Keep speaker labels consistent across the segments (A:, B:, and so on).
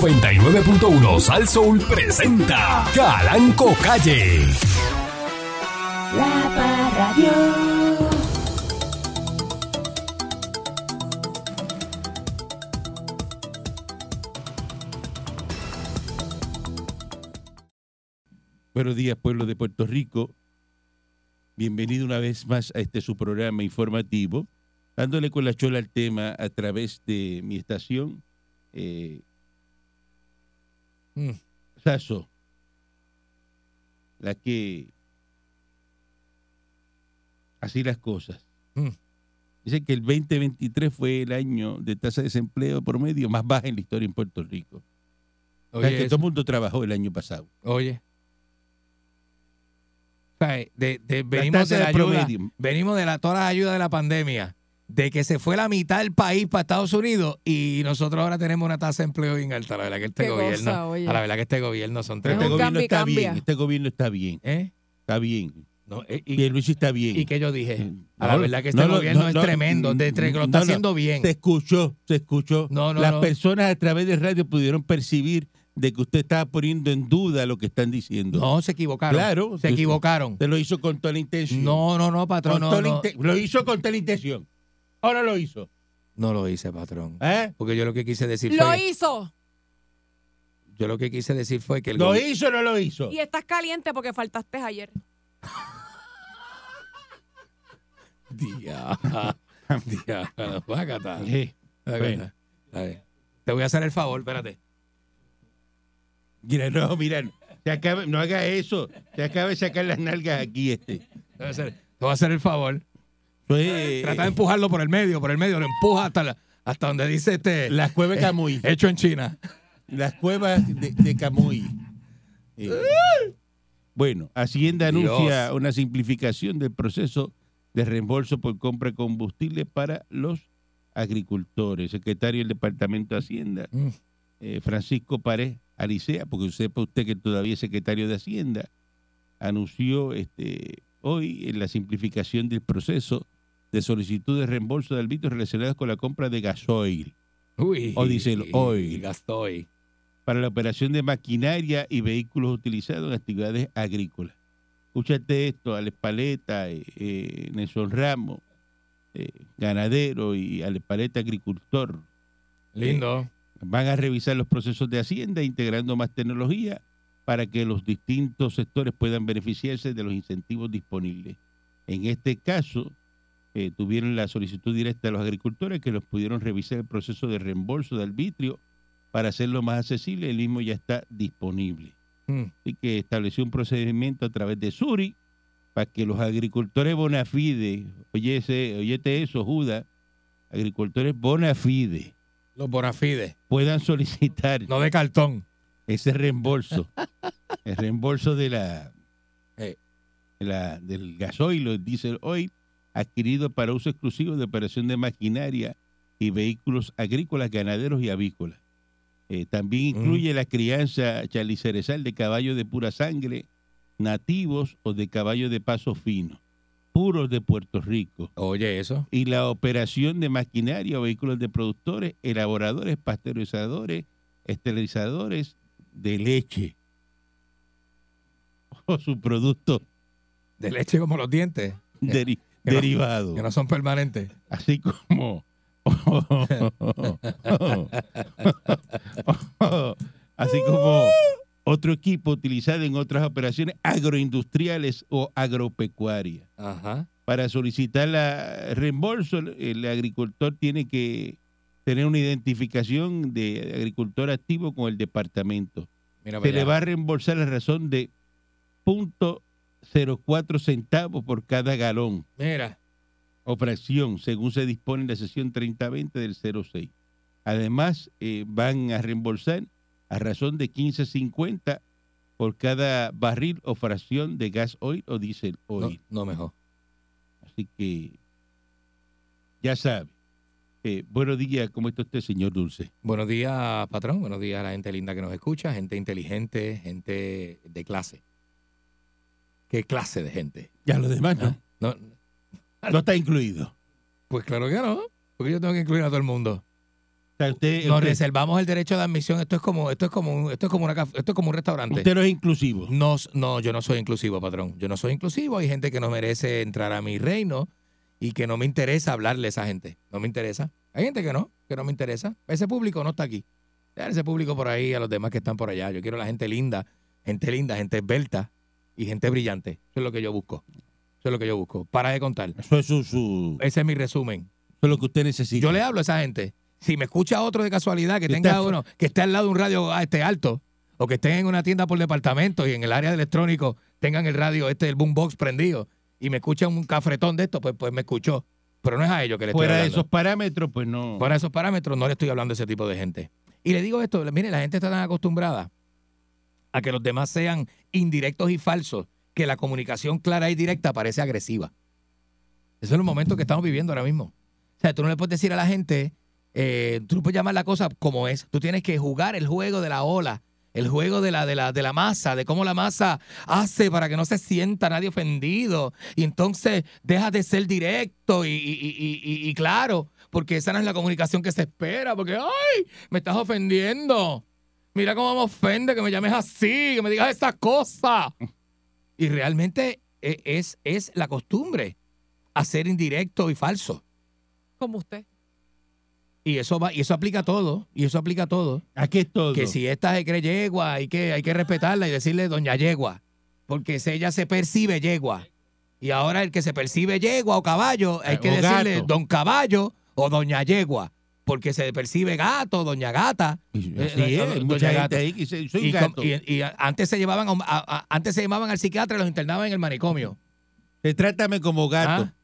A: 99.1 Sal Soul presenta Calanco Calle.
B: La Parradio.
C: Buenos días, pueblo de Puerto Rico. Bienvenido una vez más a este su programa informativo, dándole con la chola al tema a través de mi estación. Eh,
D: Mm.
C: Sasso, la que así las cosas.
D: Mm.
C: Dice que el 2023 fue el año de tasa de desempleo promedio más baja en la historia en Puerto Rico. O sea,
D: Oye,
C: que
D: eso-
C: todo el mundo trabajó el año pasado.
D: oye. ¿Sabes? De- de-
C: La
D: venimos
C: tasa
D: de la
C: de
D: ayuda,
C: promedio.
D: venimos de la, toda la ayuda de la pandemia, de que se fue la mitad del país para Estados Unidos y nosotros ahora tenemos una tasa de empleo bien alta. La verdad que este
E: Qué
D: gobierno,
E: cosa, oye.
D: a la verdad que este gobierno son
C: Pero
D: tres.
C: este
E: un
C: gobierno
E: cambio y
C: está
E: cambia.
C: bien, este gobierno está bien,
D: ¿Eh?
C: está bien.
D: No, eh,
C: Y
D: y,
C: Luis está bien.
D: y que yo dije, a la
C: No,
D: verdad que este
C: no, no,
D: gobierno
C: no,
D: es
C: no,
D: tremendo, de, tre- lo está
C: no, no.
D: haciendo bien.
C: Se escuchó, se escuchó.
D: No, no,
C: Las
D: no.
C: personas a través de radio pudieron percibir de que usted estaba poniendo en duda lo que están diciendo.
D: No, se equivocaron.
C: Claro,
D: se
C: tú-
D: equivocaron.
C: Usted lo hizo con toda la intención.
D: No, no, no,
C: Con
D: patrón. No,
C: toda la
D: no,
C: inte- Lo hizo con toda la intención. Ahora lo hizo.
D: no lo hice, patrón.
C: ¿eh?
D: Porque yo lo que quise decir
E: Lo
D: fue-
E: hizo.
D: Yo lo que quise decir fue que el
C: ¿Lo
D: gobi-
C: hizo o no lo hizo?
E: Y estás caliente porque faltaste ayer.
D: Dia- diablo, guácata,
C: Eh,
D: guácata.
C: bueno.
D: Está bien. Te voy a hacer el favor, espérate.
C: Mira, no, mira. se acaba- no haga eso. Se acaba de sacar las nalgas aquí este.
D: Te voy a hacer, te voy a hacer el favor.
C: Eso es,
D: Trata de empujarlo por el medio, por el medio. Lo empuja hasta, la- hasta donde dice este.
C: Las cuevas de Camuy.
D: Hecho en China.
C: Las cuevas de, de Camuy. Eh, bueno, Hacienda
D: Dios.
C: anuncia una simplificación del proceso de reembolso por compra de combustible para los agricultores. Secretario del Departamento de Hacienda,
D: Mm.
C: eh, Francisco Párez Alicea, porque sepa usted que todavía es secretario de Hacienda, anunció este, hoy en la simplificación del proceso de solicitud de reembolso de arbitros relacionados con la compra de gasoil
D: Uy.
C: O diesel oil.
D: Gastoy.
C: para la operación de maquinaria y vehículos utilizados en actividades agrícolas. Escúchate esto, Alex Paleta, eh, eh, Nelson Ramos, eh, ganadero y Alex Paleta, agricultor.
D: Lindo.
C: Van a revisar los procesos de Hacienda integrando más tecnología para que los distintos sectores puedan beneficiarse de los incentivos disponibles. En este caso, eh, tuvieron la solicitud directa de los agricultores que los pudieron revisar el proceso de reembolso de arbitrio para hacerlo más accesible. El mismo ya está disponible.
D: Mm.
C: Así que estableció un procedimiento a través de Suri para que los agricultores bona fide, oye, ese- oyete eso, Judas, agricultores bona fide,
D: Los bonafides.
C: puedan solicitar
D: No de cartón.
C: ese reembolso, el reembolso de la,
D: Eh.
C: de la- del gasoil o el diésel oil adquirido para uso exclusivo de operación de maquinaria y vehículos agrícolas, ganaderos y avícolas. Eh, también
D: Mm.
C: incluye la crianza chalicerezal de caballos de pura sangre, nativos o de caballos de paso fino, puros de Puerto Rico
D: Oye, eso.
C: y la operación de maquinaria o vehículos de productores, elaboradores, pasteurizadores, esterilizadores de leche o su producto
D: De leche como los dientes.
C: deri-
D: que no-
C: derivado,
D: Que no son permanentes.
C: así como así como otro equipo utilizado en otras operaciones agroindustriales o agropecuarias.
D: Ajá.
C: para solicitar la reembolso, el- el agricultor tiene que tener una identificación de agricultor activo con el departamento.
D: Mira, para
C: Se le
D: allá.
C: va a reembolsar la razón de 0.04 centavos por cada galón
D: Mira.
C: o fracción, según se dispone en la sesión 3020 del 06. Además, eh, van a reembolsar a razón de 15.50 por cada barril o fracción de gas oil o diésel
D: No,
C: oil.
D: no mejor.
C: Así que ya sabe. Eh, buenos días, ¿cómo está usted, señor Dulce?
D: Buenos días, patrón. Buenos días a la gente linda que nos escucha, gente inteligente, gente de clase. ¿Qué clase de gente?
C: Ya los demás
D: ¿Ah? No,
C: Ah, No está incluido.
D: pues claro que no, porque yo tengo que incluir a todo el mundo.
C: sea, usted,
D: Nos
C: usted,
D: reservamos el derecho de admisión. Esto es como, esto es como, un- esto es como una, caf- esto es como un restaurante.
C: usted no es inclusivo.
D: No, s- no, yo no soy inclusivo, patrón. Yo no soy inclusivo. Hay gente que no merece entrar a mi reino y que no me interesa hablarle a esa gente. No me interesa. Hay gente que no, que no me interesa. Ese público no está aquí. Dejar ese público por ahí a los demás que están por allá. Yo quiero la gente linda, gente linda, gente esbelta y gente brillante. Eso es lo que yo busco. Eso es lo que yo busco. Para de contar.
C: Eso es, su, su- eso
D: Ese es mi resumen.
C: es lo que usted necesita.
D: Yo le hablo a esa gente. Si me escucha otro de casualidad que
C: Que
D: tenga
C: está-
D: uno, que esté al lado de un radio ah, este alto, o que esté en una tienda por departamento y en el área de electrónico tengan el radio este, el boombox prendido, y me escucha un cafretón de esto, pues, pues me escuchó. Pero no es a ellos que le estoy
C: Fuera de
D: hablando.
C: esos parámetros, pues no.
D: Fuera de esos parámetros no le estoy hablando a ese tipo de gente. Y le digo esto, mire, la gente está tan acostumbrada a que los demás sean indirectos y falsos, que la comunicación clara y directa parece agresiva. Ese es el momento que estamos viviendo ahora mismo. O sea, tú no le puedes decir a la gente, eh, tú no puedes llamar la cosa como es. Tú tienes que jugar el juego de la ola, el juego de la, de la, de la masa, de cómo la masa hace para que no se sienta nadie ofendido. Y entonces dejas de ser directo y, y- y- y- y claro, porque esa no es la comunicación que se espera, porque ¡ay! Me estás ofendiendo. Mira cómo me ofende que me llames así, que me digas esa cosa. Y realmente eh, es, es la costumbre hacer indirecto y falso.
E: como usted.
D: Y eso va, y eso aplica a todo, y eso aplica a todo.
C: Aquí es todo.
D: Que si esta se cree yegua, hay que, hay que respetarla y decirle doña yegua, porque si ella se percibe yegua. Y ahora el que se percibe yegua o caballo, hay
C: Eh,
D: que
C: o
D: decirle
C: gato.
D: don caballo o doña yegua, porque se percibe gato, doña gata.
C: Así
D: eh,
C: es,
D: eh,
C: hay
D: doña
C: mucha gente
D: gata.
C: ahí que dice, soy un
D: y, com-
C: gato.
D: y- y antes se llevaban a un- a- a- antes se llamaban al psiquiatra y los internaban en el manicomio.
C: Te trátame como gato.
D: ¿Ah?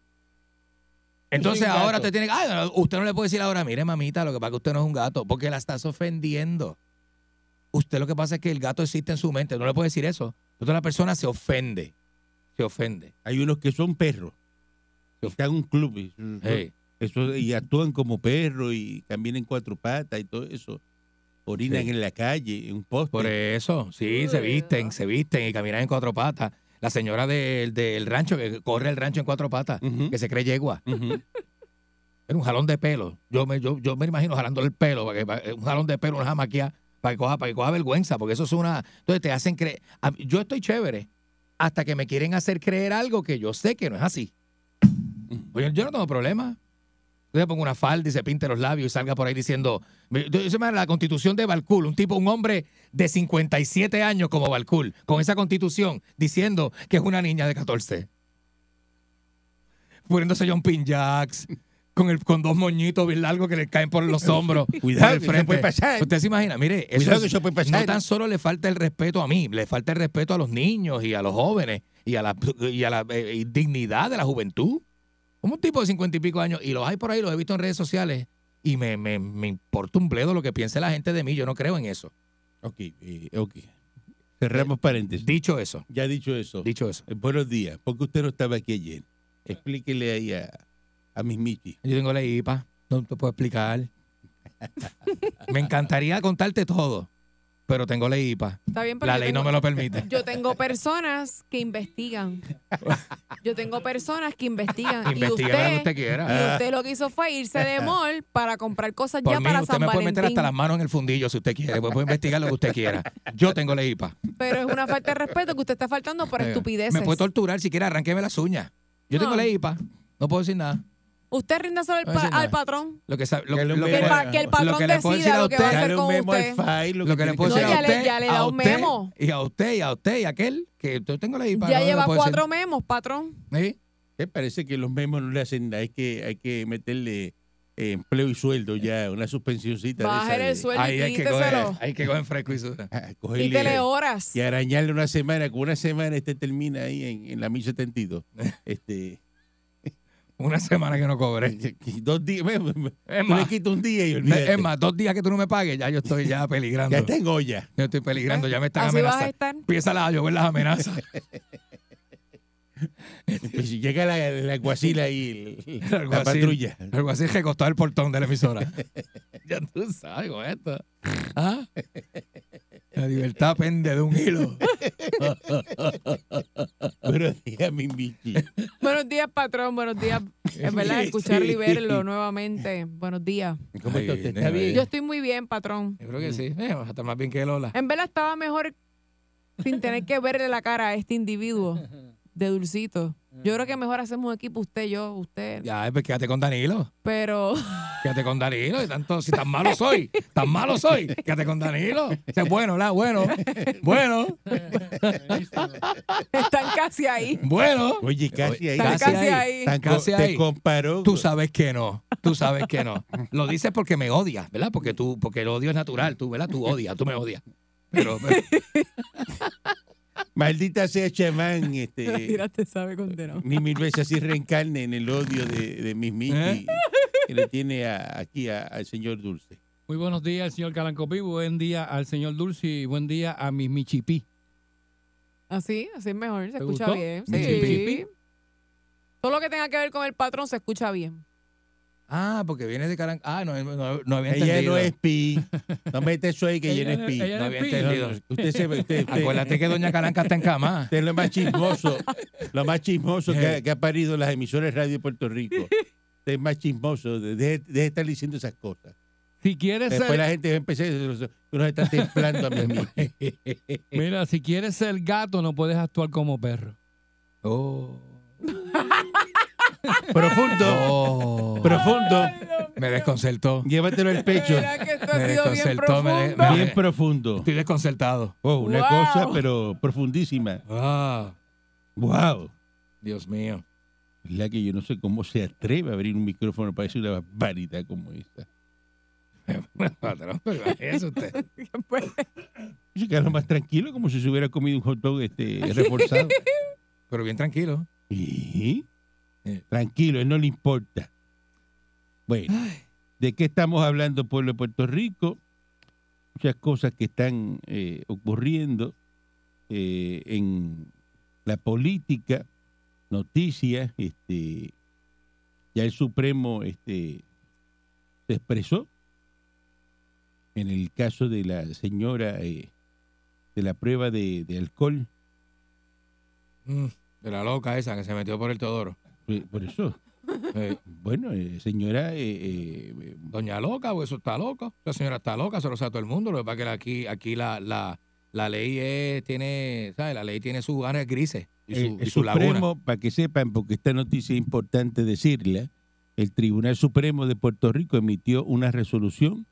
D: Entonces
C: Soy un
D: ahora
C: gato.
D: te tiene que. Ay, no, usted no le puede decir ahora, mire, mamita, lo que pasa es que usted no es un gato, porque la estás ofendiendo. Usted lo que pasa es que el gato existe en su mente, no le puede decir eso. Entonces la persona se ofende. Se ofende.
C: Hay unos que son perros. que Están en un club. y-
D: Hey,
C: Eso, y actúan como perros y caminan en cuatro patas y todo eso. Orinan
D: Sí.
C: en la calle, en un poste.
D: por e-, eso, sí, se visten, se visten y caminan en cuatro patas. La señora del, del rancho que corre el rancho en cuatro patas,
C: Ujú,
D: que se cree yegua.
C: ujú.
D: Era un jalón de pelo. Yo me, yo, yo me imagino jalándole el pelo, para que, para- un jalón de pelo, una jamaquía, para que coja, para que coja vergüenza, porque eso es una. Entonces te hacen creer. a- Yo estoy chévere hasta que me quieren hacer creer algo que yo sé que no es así. Oye, yo no tengo problema. Yo le pongo una falda y se pinte los labios y salga por ahí diciendo. me- yo- Eso me da la constitución de Balcool, un tipo, un hombre de 57 años como Balcool, con esa constitución, diciendo que es una niña de 14. Poniéndose John Pin Jacks, con, el, con dos moñitos bien largos que le caen por los hombros.
C: Cuidado,
D: por el
C: que eso
D: frente.
C: puede pasar.
D: Usted se imagina, mire, eso
C: Cuidado
D: es-
C: que eso puede
D: no
C: pasar.
D: tan solo le falta el respeto a mí, le falta el respeto a los niños y a los jóvenes y a la, y a la eh, y dignidad de la juventud. Como un tipo de cincuenta y pico años, y los hay por ahí, los he visto en redes sociales, y me, me, me importa un bledo lo que piense la gente de mí, yo no creo en eso.
C: Ok, eh, ok. Cerramos paréntesis.
D: Dicho eso,
C: Ya dicho eso.
D: dicho eso.
C: eh, buenos días. ¿Por qué usted no estaba aquí ayer? Explíquele ahí a, a mis Michi.
D: Yo tengo la IPA, no te puedo explicar. me encantaría contarte todo, pero tengo la IPA.
E: Está bien, pero
D: La
E: yo
D: ley no
E: tengo-
D: me lo permite.
E: Yo tengo personas que investigan. Yo tengo personas que investigan. y
D: Investigar lo que
E: usted,
D: usted quiera.
E: y usted lo que hizo fue irse de mall para comprar cosas
D: Por
E: ya
D: mí,
E: para
D: usted
E: San
D: me puede
E: Valentín.
D: meter hasta las manos en el fundillo si usted quiere. Puede puede investigar lo que usted quiera. Yo tengo la IPA.
E: Pero es una falta de respeto que usted está faltando por
D: Oiga,
E: estupideces.
D: Eh, Me puede torturar si quiere, arranqueme las uñas. Yo tengo
E: No.
D: la IPA. No puedo decir nada.
E: usted rinda solo al,
D: No
E: pa-
D: dice nada.
E: al patrón.
D: Lo que, sa- lo,
C: Que le
D: lo
C: un
E: Que
D: que,
E: el,
C: memo-
E: pa- que el patrón
D: que le puedo decir
E: decida
D: a
E: lo que va a
D: usted-
E: hacer
C: Dale un
E: con
C: memo
E: usted.
C: al FAI. Lo,
D: lo que
C: tiene
D: le puedo
E: No,
D: decir a
E: ya le-
D: usted,
E: ya le
D: a
E: da un
D: usted,
E: memo.
D: Y a usted, y a usted, y a aquel, que yo tengo la IPA.
E: Ya
D: no le
E: lleva
D: puedo decir-
E: cuatro memos, patrón.
D: ¿Sí?
C: Eh, Parece que los memos no le hacen nada. Es que hay que meterle eh, empleo y sueldo ya, una suspensioncita. de esa
E: Baje
C: de-
E: el sueldo
D: Ahí
E: y
D: hay que coger,
E: quíteselo.
D: hay que coger fresco y suda.
C: Ah, cogerle-
E: Quítele horas.
C: y arañarle una semana. Con una semana este termina ahí en, en la 1072. este,
D: Una semana que no cobré.
C: dos días. me- me- me- tú le
D: Es más,
C: quitas un día y olvídate.
D: es más, dos días que tú no me pagues, ya yo estoy ya peligrando.
C: Ya está en olla.
D: Yo estoy peligrando, ya me están
E: Así vas a
D: amenazando.
E: estar.
D: Empieza a llover las amenazas.
C: Pues si llega la, la alguacil ahí, el-
D: El
C: la
D: alguacil.
C: patrulla.
D: Algo así que costó el portón de la emisora. ya tú sabes con esto. ¿Ah? La libertad pende de un hilo.
C: Buenos días, mi Michi.
E: Buenos días, patrón. Buenos días. Es verdad,
C: Sí,
E: escucharlo
C: sí.
E: y verlo nuevamente. Buenos días.
C: ¿Cómo está
D: Ay,
C: usted?
D: nena,
C: ¿Está bien?
E: Yo estoy muy bien, patrón.
D: Yo creo que sí. Eh, hasta más bien que Lola.
E: En verdad estaba mejor sin tener que verle la cara a este individuo de dulcito. Yo creo que mejor hacemos equipo usted, yo, usted.
D: Ya, pues quédate con Danilo.
E: Pero
D: Quédate con Danilo. y tanto, si tan malo soy, tan malo soy, quédate con Danilo. Ese es bueno, ¿verdad? Bueno. Bueno.
E: están casi ahí.
D: Bueno.
C: Oye, casi ahí.
E: Están
D: Casi
E: casi, ahí.
C: Tan co-
D: casi
C: te
D: ahí.
C: comparó.
D: Tú sabes que no. Tú sabes que no. Lo dices porque me odias, ¿verdad? Porque tú, porque el odio es natural, tú, ¿verdad? Tú odias, tú me odias. Pero, pero-
C: Maldita sea chamán, este,
E: Mira, te sabe condenado.
C: ni mil veces así reencarne en el odio de, de Miss Michi
D: ¿Eh?
C: que le tiene a- aquí a- al señor Dulce.
F: Muy buenos días al señor Calancopí, buen día al señor Dulce y buen día a mis Michipí.
E: Así, así es mejor. Se
F: ¿Te
E: escucha
F: gustó?
E: bien.
D: Mi chipi.
E: Sí. Todo lo que tenga que ver con el patrón se escucha bien.
D: Ah, porque viene de Caran... Ah, no, no, no había
C: Ella
D: entendido.
C: no es pi. No mete eso ahí que ella, no es pi.
F: Ella
D: No
F: no
D: había
F: es pi.
C: No,
D: entendido.
C: no, usted, se, usted, usted-
D: Acuérdate que Doña Caranca está en cama.
C: usted es lo más chismoso, lo más chismoso que, ha- que ha parido las emisoras de radio de Puerto Rico. Usted es más chismoso, de- deje deje de estar diciendo esas cosas.
F: Si quieres
D: Eh,
C: Después
D: pues,
F: ser,
C: la gente empieza a decir, tú nos estás templando a Miss Michi.
D: eh,
F: mira, si quieres ser gato no puedes actuar como perro.
D: Oh.
C: Profundo,
D: Oh.
C: profundo.
D: Me desconcertó.
C: Llévatelo al
E: De
C: pecho.
E: verdad que esto ha
D: Me
E: sido bien
D: desconcertó, me de-
E: profundo.
D: me-
C: Bien profundo.
D: Estoy desconcertado.
C: Oh, una
E: Wow.
C: cosa, pero profundísima.
D: Ah,
C: ¡Wow!
D: Dios mío.
C: La que yo no sé cómo se atreve a abrir un micrófono para decir una barbaridad como esta.
D: Patrón, pero imagínese usted.
E: Pues,
C: Yo se quedaron más tranquilo, como si se hubiera comido un hot dog este, reforzado.
D: Pero bien tranquilo.
C: Sí.
D: Eh.
C: Tranquilo, él no le importa. Bueno, ¿de qué estamos hablando, pueblo de Puerto Rico? Muchas cosas que están eh, ocurriendo eh, en la política, noticias, este, ya el Supremo este, se expresó en el caso de la señora eh, de la prueba de, de alcohol,
D: Mm, de la loca esa que se metió por el Todoro.
C: Eh, por eso
D: Eh,
C: Bueno, eh, señora, eh, eh, eh,
D: Doña Loca, pues eso está loco. La señora está loca, se lo sabe todo el mundo. Lo que pasa es que la- aquí, aquí la, la, la ley es, tiene, ¿sabes? La ley tiene sus áreas grises y su,
C: el,
D: y
C: el
D: Eh, su laguna.
C: eh, Supremo, para que sepan, porque esta noticia es importante decirla, el Tribunal Supremo de Puerto Rico emitió una resolución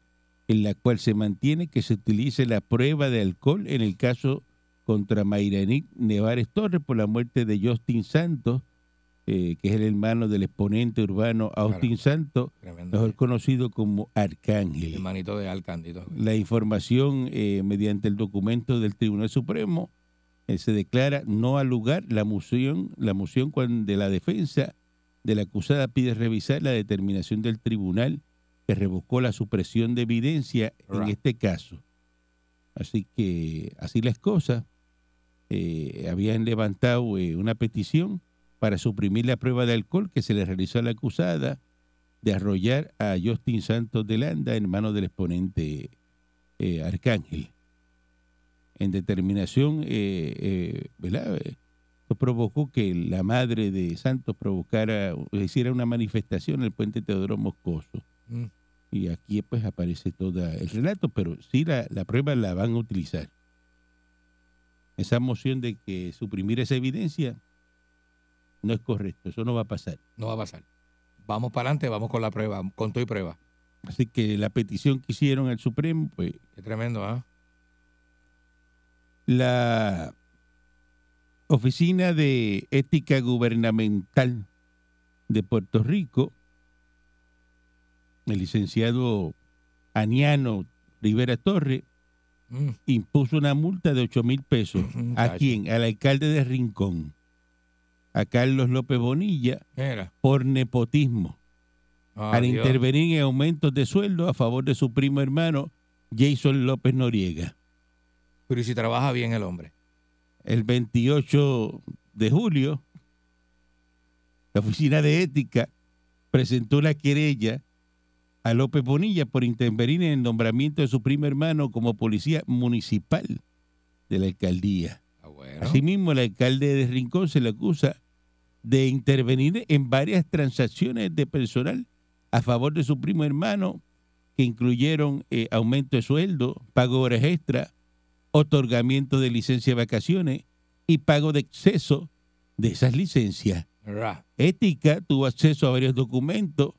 C: en la cual se mantiene que se utilice la prueba de alcohol en el caso contra Mayranic Nevares Torres por la muerte de Justin Santos, eh, que es el hermano del exponente urbano Austin Santos,
D: Tremendo.
C: mejor conocido como Arcángel.
D: El manito de Alcandito.
C: la información eh, mediante el documento del Tribunal Supremo eh, se declara no al lugar la moción la moción cuan- de la defensa de la acusada pide revisar la determinación del tribunal que revocó la supresión de evidencia en
D: Right.
C: este caso así que así las cosas eh, habían levantado eh, una petición para suprimir la prueba de alcohol que se le realizó a la acusada de arrollar a Justin Santos de Landa, hermano del exponente eh, Arcángel. En determinación, eh, eh, ¿verdad? Eh, Esto provocó que la madre de Santos provocara, o hiciera una manifestación en el puente Teodoro Moscoso.
D: Mm.
C: Y aquí pues aparece todo el relato, pero sí la, la prueba la van a utilizar. Esa moción de que suprimir esa evidencia no es correcto, eso no va a pasar.
D: No va a pasar. Vamos para adelante, vamos con la prueba, con tu y prueba.
C: Así que la petición que hicieron al Supremo, pues
D: Qué tremendo, ¿ah?
C: la Oficina de Ética Gubernamental de Puerto Rico, el licenciado Aniano Rivera Torre,
D: Mm,
C: impuso una multa de 8 mil pesos. ¿A
D: Muchacho.
C: quién? Al alcalde de Rincón, a Carlos López Bonilla,
D: mira.
C: por nepotismo,
D: Ah,
C: al
D: Dios.
C: intervenir en aumentos de sueldo a favor de su primo hermano Jason López Noriega.
D: Pero ¿y si trabaja bien el hombre?
C: el 28 de julio, la Oficina de Ética presentó la querella a López Bonilla por intervenir en el nombramiento de su primo hermano como policía municipal de la alcaldía.
D: Ah, bueno. Bueno.
C: Asimismo, el alcalde de Rincón se le acusa de intervenir en varias transacciones de personal a favor de su primo hermano, que incluyeron eh, aumento de sueldo, pago de horas extra, otorgamiento de licencia de vacaciones y pago de exceso de esas licencias.
D: Ra.
C: Ética tuvo acceso a varios documentos.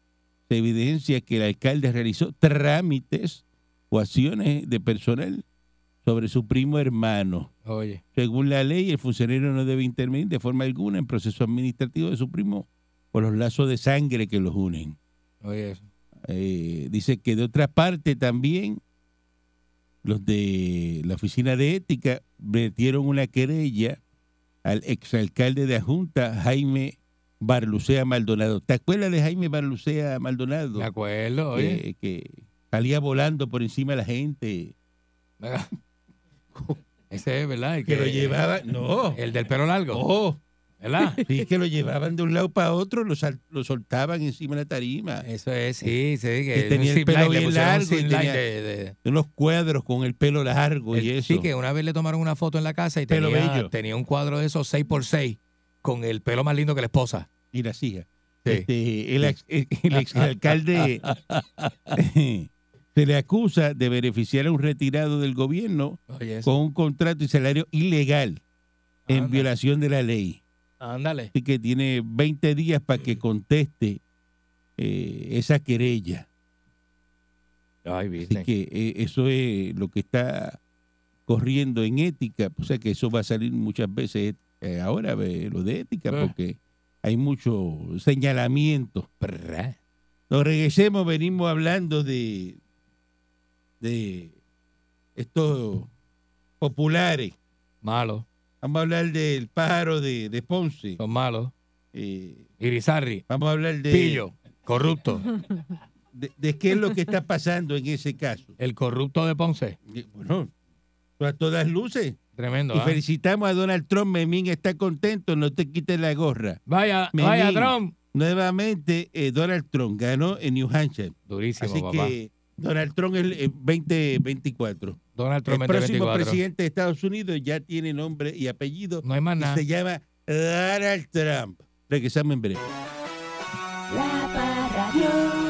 C: Se evidencia que el alcalde realizó trámites o acciones de personal sobre su primo hermano.
D: Oye.
C: Según la ley, el funcionario no debe intervenir de forma alguna en proceso administrativo de su primo por los lazos de sangre que los unen.
D: Oye, eso.
C: Eh, dice que de otra parte también los de la oficina de ética metieron una querella al exalcalde de Ajunta, Jaime Barlucea Maldonado. ¿Te acuerdas de Jaime Barlucea Maldonado?
D: Me acuerdo, oye.
C: Que, que salía volando por encima de la gente.
D: Venga. Ese es, ¿verdad? El
C: Que lo llevaba. No.
D: El del pelo largo,
C: Oh,
D: ¿verdad?
C: sí, que lo llevaban de un lado para otro, lo, sal- lo soltaban encima de la tarima.
D: Eso es, sí, sí.
C: Que
D: Que
C: tenía el pelo bien largo y
D: y
C: tenía- Unos cuadros con el pelo largo y
D: El-
C: eso.
D: Sí, que una vez le tomaron una foto en la casa y
C: Pelo
D: tenía,
C: bello.
D: tenía un cuadro de esos 6x6 con el pelo más lindo que la esposa.
C: y las hijas.
D: Sí.
C: Este, el, ex- el exalcalde se le acusa de beneficiar a un retirado del gobierno
D: Oye, eso.
C: con un contrato y salario ilegal en
D: Anda.
C: violación de la ley.
D: Ándale.
C: Así que tiene 20 días para que conteste eh, esa querella.
D: Ay,
C: Así
D: viste.
C: que eh, eso es lo que está corriendo en ética. O sea que eso va a salir muchas veces eh, ahora, eh, lo de ética,
D: Eh.
C: porque hay mucho señalamiento.
D: Prrra.
C: Nos regresemos, venimos hablando de, de estos populares.
D: Malos,
C: Vamos a hablar del pájaro de, de Ponce.
D: son malos.
C: Eh,
D: Irizarri,
C: vamos a hablar de,
D: pillo, corrupto.
C: de, de qué es lo que está pasando en ese caso.
D: El corrupto de Ponce.
C: Eh, Bueno, a todas luces.
D: Tremendo.
C: Y
D: ¿ah?
C: felicitamos a Donald Trump. Memín está contento, no te quites la gorra.
D: Vaya,
C: Memín.
D: vaya, Trump.
C: Nuevamente, eh, Donald Trump ganó en New Hampshire.
D: Durísimo,
C: Así
D: papá.
C: que Donald Trump es el eh, 2024.
D: Donald
C: El
D: Trump en
C: próximo
D: 24.
C: presidente de Estados Unidos ya tiene nombre y apellido.
D: No hay más
C: y
D: nada.
C: se llama Donald Trump. Regresamos en breve.
B: La Parradio.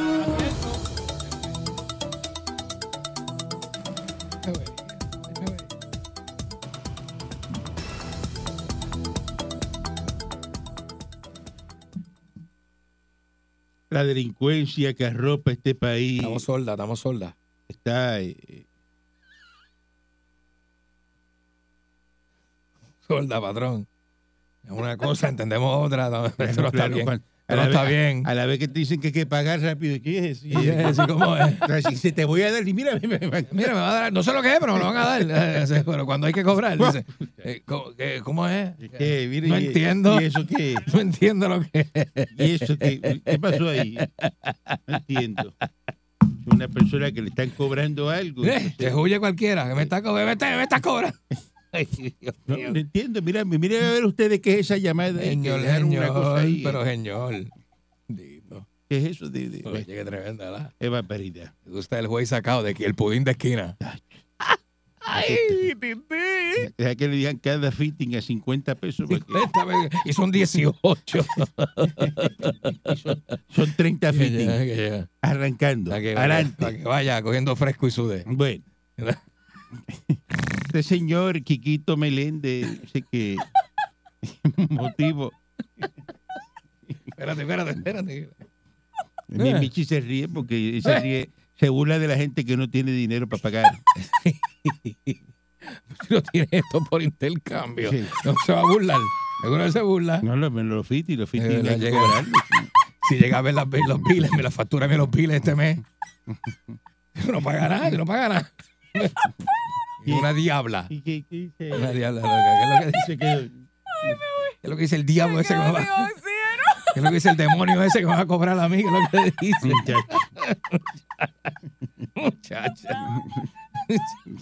C: La delincuencia que arropa este país
D: Estamos solda, estamos solda.
C: está eh,
D: Solda, patrón. Es Una cosa, entendemos otra. No, esto no está
C: eh, claro,
D: bien.
C: Juan.
D: Esto no
C: a, la
D: está
C: vez,
D: bien.
C: a la vez que te dicen que hay que pagar rápido. ¿Qué es?
D: Y es así como es.
C: se te voy a dar y mira, me- me- me-
D: Mira, me va a dar, no sé lo que es, pero me lo van a dar. Eh, sí, Pero cuando hay que cobrar, dice, eh, ¿cómo, qué- cómo es?
C: ¿Qué? Mire,
D: No
C: y-
D: entiendo.
C: ¿Y eso qué?
D: No entiendo lo que es.
C: ¿Y eso qué? ¿Qué pasó ahí? No entiendo. Una persona que le están cobrando algo.
D: Eh, Te huye cualquiera, que me está cobrando. Me está, me está cobrando. Ay, Dios
C: No,
D: mío.
C: no entiendo, mira, mire a ver ustedes qué es esa llamada. ahí, que
D: Señor,
C: dejaron una cosa
D: señor,
C: ahí. ¿eh?
D: pero señor. Dito.
C: ¿Qué es eso? De, de-
D: Oye, qué tremenda, ¿verdad?
C: es barbaridad.
D: Me gusta el juez sacado de aquí, el pudín de esquina. Ay, tití.
C: Deja que le digan cada fitting a 50 pesos, porque
D: Y son 18.
C: son 30
D: Ya, ya,
C: fittings
D: ya.
C: arrancando.
D: Para que vaya-
C: Adelante.
D: para que vaya cogiendo fresco y sude.
C: Bueno, este señor Quiquito Meléndez dice que motivo.
D: Espérate, espérate, espérate.
C: Mi
D: Eh.
C: Michi se ríe porque se ríe, se burla de la gente que no tiene dinero para pagar.
D: Si no tiene esto por intercambio,
C: Sí.
D: no se va a burlar. Seguro que se burla.
C: No, los, los fittings, los
D: Eh,
C: fittings
D: la
C: hay que
D: llega-
C: cobrarlos.
D: Si llega a ver las, los biles, me la factura me los biles este mes. Yo no pagará, yo no pagará. Una diabla.
C: ¿Y qué, qué dice?
D: Una diabla. loca. ¿Qué es, lo que dice?
C: Dice que-
D: ¿Qué es lo que dice el diablo ese que me va-
E: Dios mío,
D: ¿Qué es lo que dice el demonio ese que me va a cobrar a mí? ¿Qué es lo que dice?
C: Muchacho.
D: Muchacha.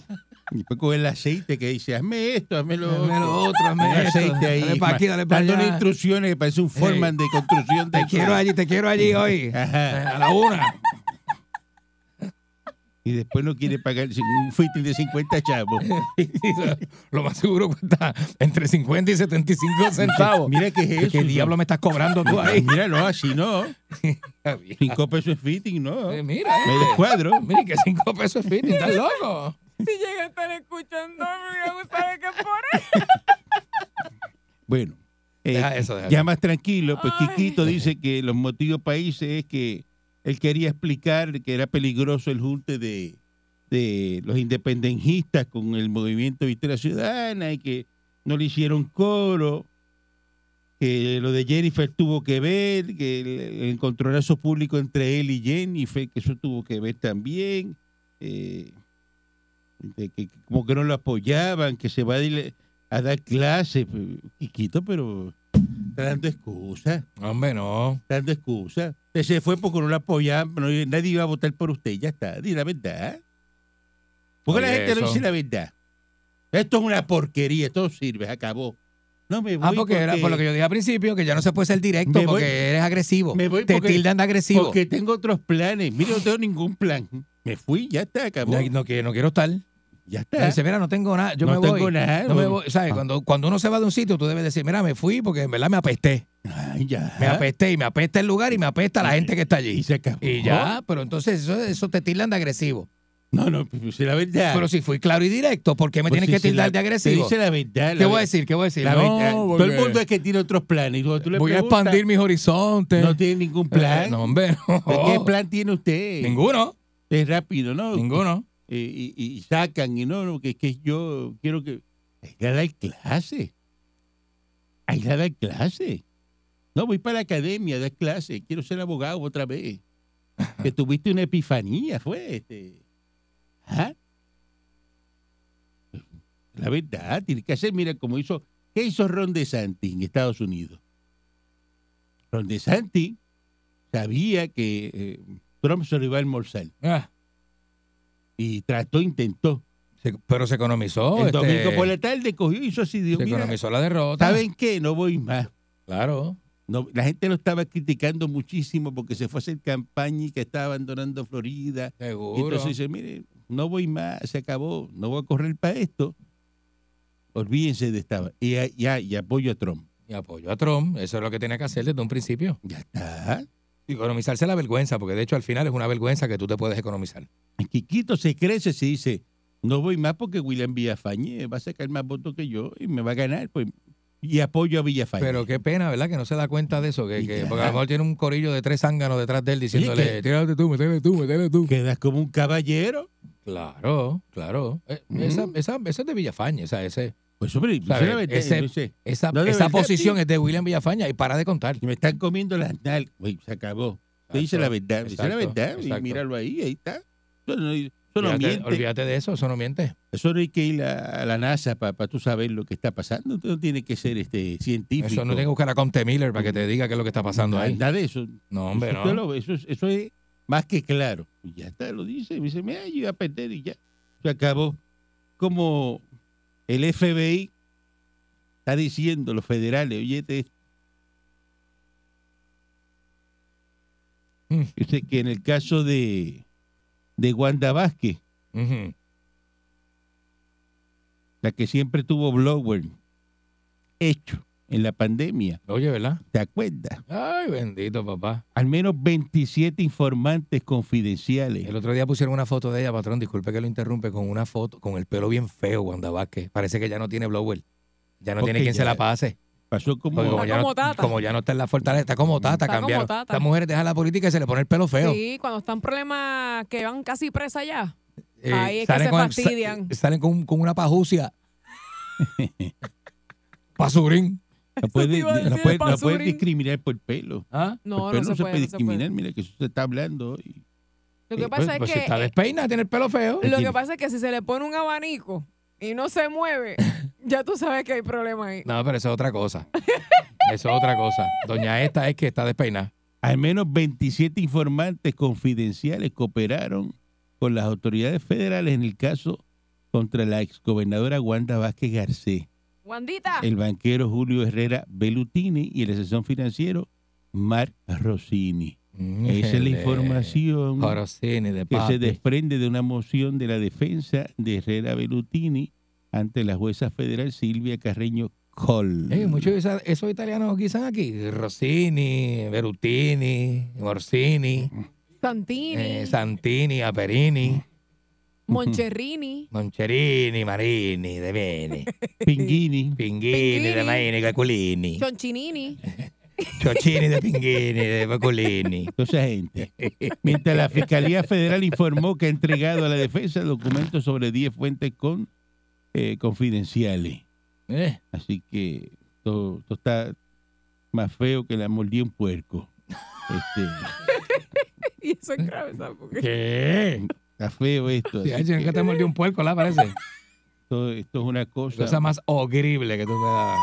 C: Y después coge el aceite que dice, hazme esto, hazme lo
D: Dame lo
C: otro.
D: otro,
C: Un
D: dame esto.
C: aceite ahí.
D: Dale para aquí, dale para
C: dándole
D: allá.
C: instrucciones, que parece un foreman de construcción de
D: Eh. Te quiero allí, te quiero allí hoy.
C: Ajá.
D: A la una.
C: y después no quiere pagar un fitil de 50 chavos.
D: Lo más seguro cuesta entre 50 y 75 centavos.
C: Mira que es eso.
D: ¿Qué
C: son-
D: diablo me estás cobrando tú ahí?
C: Mira, no, así ah, no.
D: Está bien.
C: 5 pesos es fitting, no.
D: Eh,
C: Me
D: Mira, eh.
C: descuadro.
D: Mira, que 5 pesos es fitting, estás loco.
E: Si llega a estar escuchando, me gusta que por
C: Bueno, eh,
D: Deja eso, deja
C: ya
D: eso.
C: más tranquilo, pues
E: Ay.
C: Quiquito dice que los motivos países es que él quería explicar que era peligroso el junte de, de los independentistas con el movimiento Victoria Ciudadana y que no le hicieron coro, que lo de Jennifer tuvo que ver, que el, el encontronazo público entre él y Jennifer, que eso tuvo que ver también, eh, de que como que no lo apoyaban, que se va a ir a dar clases, pues, Quiquito, pero está dando excusas,
D: Hombre, no.
C: está dando excusas. Usted se fue porque no lo apoyaban, no- nadie iba a votar por usted, ya está, di la verdad. Porque la
D: Oye,
C: gente no
D: eso.
C: dice la verdad. Esto es una porquería, esto no sirve, se acabó. No me voy
D: Ah, porque era por lo que yo dije al principio, que ya no se puede ser directo
C: Me voy-
D: porque eres agresivo.
C: me voy
D: Te
C: porque-
D: tildan de agresivo.
C: porque tengo otros planes. Mire, no tengo ningún plan. Me fui, ya está, acabó.
D: No, no que- no quiero estar.
C: Ya
D: Me
C: está.
D: dice, mira, no tengo nada, yo
C: No
D: me
C: tengo
D: voy.
C: nada, Ah.
D: no me
C: no-
D: voy. ¿Sabes? Cuando, cuando uno se va de un sitio, tú debes decir, mira, me fui porque en verdad me apesté.
C: Ay, Ah, ya.
D: Me apesté y me apesta el lugar y me apesta la gente que está allí.
C: Y Oh. se acabó.
D: Y ya, pero entonces eso, eso te tildan de agresivo.
C: No, no, pues dice la verdad.
D: Pero si fui claro y directo, ¿por qué me
C: Pues
D: tienes
C: si
D: que
C: se
D: tildar
C: la-
D: de
C: Te
D: agresivo?
C: dice la verdad.
D: ¿Qué
C: la
D: voy a
C: ve-
D: decir? ¿Qué voy a decir?
C: la
D: No,
C: verdad. Todo el
D: porque
C: mundo es que tiene otros planes. Y cuando tú le
D: voy a
C: preguntas,
D: expandir mis horizontes.
C: No tiene ningún plan.
D: Eh, No, Oh. hombre, no.
C: ¿De ¿Qué plan tiene usted?
D: Ninguno,
C: Es rápido, ¿no?
D: ninguno.
C: Eh, y, y- y sacan, y no, no, que, que yo quiero que. Hay que dar clase. Hay que dar clase. No, voy para la academia a dar clase. Quiero ser abogado otra vez. Que tuviste una epifanía, fue. Este. Ajá. La verdad, tiene que hacer, mira, como hizo. ¿Qué hizo Ron DeSantis en Estados Unidos? Ron DeSantis sabía que eh, Trump se lo iba a almorzar
D: Ah,
C: y trató, intentó.
D: se- pero se economizó.
C: el
D: este,
C: domingo por la tarde cogió y hizo así, dijo,
D: se
C: "Mira,
D: economizó la derrota.
C: ¿saben qué? No voy más.
D: Claro.
C: No, la gente lo estaba criticando muchísimo porque se fue a hacer campaña y que estaba abandonando Florida. Y
D: Seguro.
C: entonces dice, mire, no voy más, se acabó, no voy a correr para esto. Olvídense de esta. Y, a- y a- y apoyo a Trump.
D: Y apoyó a Trump. Eso es lo que tenía que hacer desde un principio.
C: Ya está.
D: Economizarse la vergüenza, porque de hecho al final es una vergüenza que tú te puedes economizar.
C: El Quiquito se crece si dice, no voy más porque William Villafañe va a sacar más votos que yo y me va a ganar. Pues, y apoyo a Villafañe.
D: Pero qué pena, ¿verdad? Que no se da cuenta de eso. Que,
C: Y
D: que-
C: ya.
D: porque a lo mejor tiene un corillo de tres zánganos detrás de él
C: Oye,
D: diciéndole,
C: que-
D: tírate tú, métele tú, métele tú.
C: Quedas como un caballero.
D: Claro, claro. Eh,
C: Mm.
D: esa, esa, esa es de Villafañe, esa, ese,
C: Pues hombre, dice
D: ¿Sabe?
C: la verdad,
D: Ese-
C: dice,
D: esa,
C: No, de
D: esa
C: verdad,
D: posición
C: sí.
D: es de William Villafaña y para de contar.
C: me están comiendo las nalgas. Uy, se acabó. Te dice la verdad, te dice la
D: exacto,
C: verdad. Y
D: exacto.
C: míralo ahí, ahí está. Eso no, eso no
D: Olvídate,
C: miente.
D: olvídate de eso, eso no miente.
C: Eso no hay que ir a, a la NASA para tú saber lo que está pasando. Tú no tienes que ser este científico.
D: Eso no tiene que buscar a Comte Miller para que te diga qué es lo que está pasando ahí.
C: Nada de eso.
D: No, hombre,
C: eso, usted
D: no.
C: lo ve, eso es, eso es más que claro. Y Ya está, lo dice. Me dice, mira, yo iba a perder y ya. Se acabó. Como el FBI está diciendo, los federales, oye, este esto.
D: Mm.
C: Dice que en el caso de, de Wanda Vázquez,
D: Ujú.
C: la que siempre tuvo blower hecho en la pandemia,
D: Oye, ¿verdad?
C: ¿te acuerdas?
D: Ay, bendito papá.
C: Al menos 27 informantes confidenciales.
D: El otro día pusieron una foto de ella, patrón. Disculpe que lo interrumpe con una foto, con el pelo bien feo, Wanda Vázquez. Parece que ya no tiene blower. Ya no tiene
C: Porque
D: quien se
C: ya-
D: la pase.
C: Pasó como...
D: Porque
E: Está
D: ya
E: como
D: no,
E: tata.
D: como ya no está en la fortaleza, está como tata,
E: Está como
D: cambiaron.
E: tata.
D: Estas mujeres dejan la política y se le pone el pelo feo.
E: Sí, cuando están problemas que van casi presa ya.
D: Eh,
E: Ahí es que se
D: con el-
E: fastidian.
D: sa- salen con, con una pajucia. Pasurín.
C: No puede,
E: iba a
C: no
E: decir,
C: puede- no
E: Pasurín.
C: puede discriminar por pelo.
D: ¿Ah?
E: No,
C: por
E: no
C: pelo
E: se puede. No se
C: discriminar.
E: puede.
C: Mira que eso se está hablando hoy.
E: Lo que
C: Eh,
E: pasa
D: Pues-
E: es
D: pues
E: que
D: está
E: eh,
D: despeinada, tiene el pelo feo.
E: lo
C: Dime.
E: que pasa es que si se le pone un abanico y no se mueve, ya tú sabes que hay problema ahí.
D: No, pero eso es otra cosa. Eso es otra cosa. Doña esta es que está despeinada.
C: Al menos 27 informantes confidenciales cooperaron con las autoridades federales en el caso contra la exgobernadora Wanda Vázquez Garcés,
E: Wandita,
D: Eh,
C: el banquero Julio Herrera Belutini y el asesor financiero Marc Rossini. Esa es la información
D: Jorosini de
C: que se
D: papi.
C: desprende de una moción de la defensa de Herrera Belutini ante la jueza federal Silvia Carreño Col.
D: Eh, muchos de esa- esos italianos guisan aquí. Rossini, Berutini, Orsini,
E: Santini,
D: eh, Santini, Aperini,
E: Moncherrini.
D: Moncherini, Marini, De Bene,
C: Pinguini.
D: Pinghini, De Maini, Caculini,
E: Choncinini.
D: Chochini, De Pinghini, De Baculini.
C: Toda esa gente. Mientras la Fiscalía Federal informó que ha entregado a la defensa documentos sobre 10 fuentes con, eh, confidenciales.
D: Eh,
C: Así que esto, esto está más feo que la mordí un puerco. Este,
E: Y eso es grave, ¿sabes? Porque-
D: ¿Qué?
C: está feo esto.
D: Sí,
C: así
D: ay,
C: que
D: nunca te mordió un puerco, ¿la parece?
C: esto, esto es una cosa.
D: Cosa más horrible que tú puedas.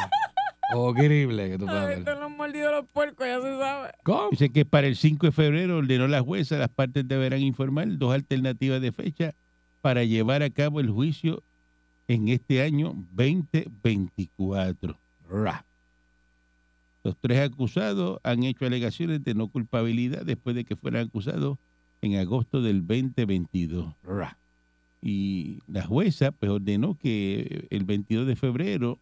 D: Horrible que tú puedas
E: Ay,
D: ver.
E: esto lo han mordido los puercos, ya se sabe.
D: ¿Cómo?
C: Dice que para el 5 de febrero ordenó la jueza, las partes deberán informar dos alternativas de fecha para llevar a cabo el juicio en este año 2024.
D: Ra.
C: Los tres acusados han hecho alegaciones de no culpabilidad después de que fueran acusados en agosto del 2022.
D: Ra.
C: Y la jueza pues, ordenó que el 22 de febrero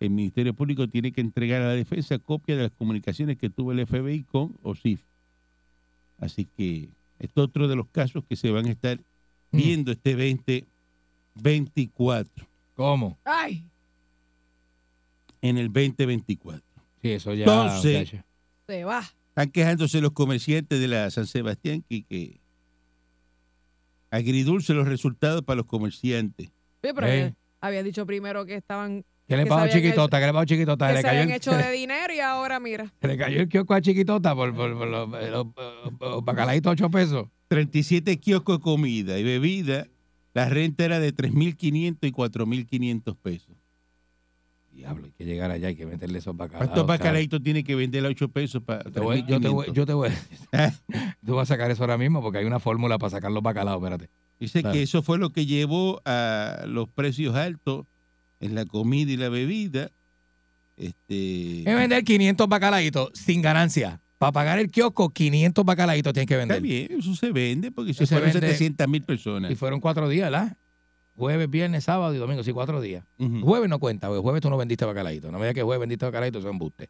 C: el Ministerio Público tiene que entregar a la defensa copia de las comunicaciones que tuvo el FBI con OSIF. Así que esto es otro de los casos que se van a estar viendo este 2024.
D: ¿Cómo?
E: Ay,
C: En el 2024.
D: Sí, eso ya.
C: Entonces,
D: muchacho.
E: se va.
C: Están quejándose los comerciantes de la San Sebastián que, que agridulce los resultados para los comerciantes.
E: Oye, pero
D: Ey.
E: había- había dicho primero que estaban
D: ¿Qué le
E: que
D: pasó a
E: se habían
D: Chiquitota? ¿Qué le pasó a Chiquitota?
E: que
D: Le
E: se
D: cayó,
E: habían
D: el,
E: hecho de dinero y ahora mira.
D: le cayó el kiosco a Chiquitota por, por, por los, los- los bacalaitos 8 pesos.
C: 37 kioscos de comida y bebida, la renta era de 3.500 y 4.500 pesos.
D: Diablo, hay que llegar allá, hay que meterle esos bacalaitos.
C: ¿Cuántos bacalaitos tiene que vender a 8 pesos para
D: Te voy- Ah, yo, te voy,
C: 3.500?
D: yo te voy.
C: Ah.
D: Tú vas a sacar eso ahora mismo porque hay una fórmula para sacar los bacalaos, espérate.
C: Dice
D: Claro.
C: que eso fue lo que llevó a los precios altos en la comida y la bebida. Este,
D: Es vender 500 bacalaitos sin ganancia. Para pagar el kiosco, 500 bacalaitos tienes que
C: está
D: vender.
C: bien, eso se vende porque si
D: Se
C: fueron
D: vende-
C: 700.000
D: Y
C: personas.
D: fueron cuatro días, ¿verdad? Jueves, viernes, sábado y domingo, sí, cuatro días.
C: Ujú.
D: Jueves no cuenta, porque jueves tú no vendiste bacalaito. No me digas que jueves vendiste bacalaito, son embuste.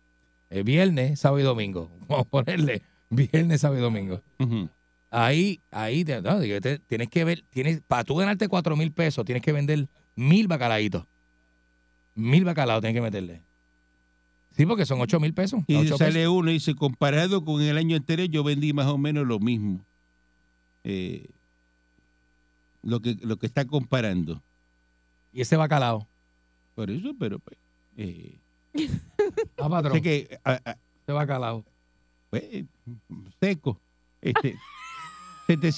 D: El viernes, sábado y domingo. Vamos a ponerle viernes, sábado y domingo.
C: Ujú.
D: Ahí, ahí, te- no, digo, te- tienes que ver, tienes, para tú ganarte cuatro mil pesos, tienes que vender mil bacalaitos. Mil bacalaos tienes que meterle. Sí, porque son ocho mil pesos.
C: Y
D: Ocho
C: sale uno y dice, comparado con el año anterior, yo vendí más o menos lo mismo. Eh, lo, que, lo que está comparando.
D: pesos. Y ese bacalao.
C: Por eso, pero... pues, eh,
D: Ah, patrón,
C: sé que... ah, ah,
D: ese bacalao.
C: pues, seco. Este,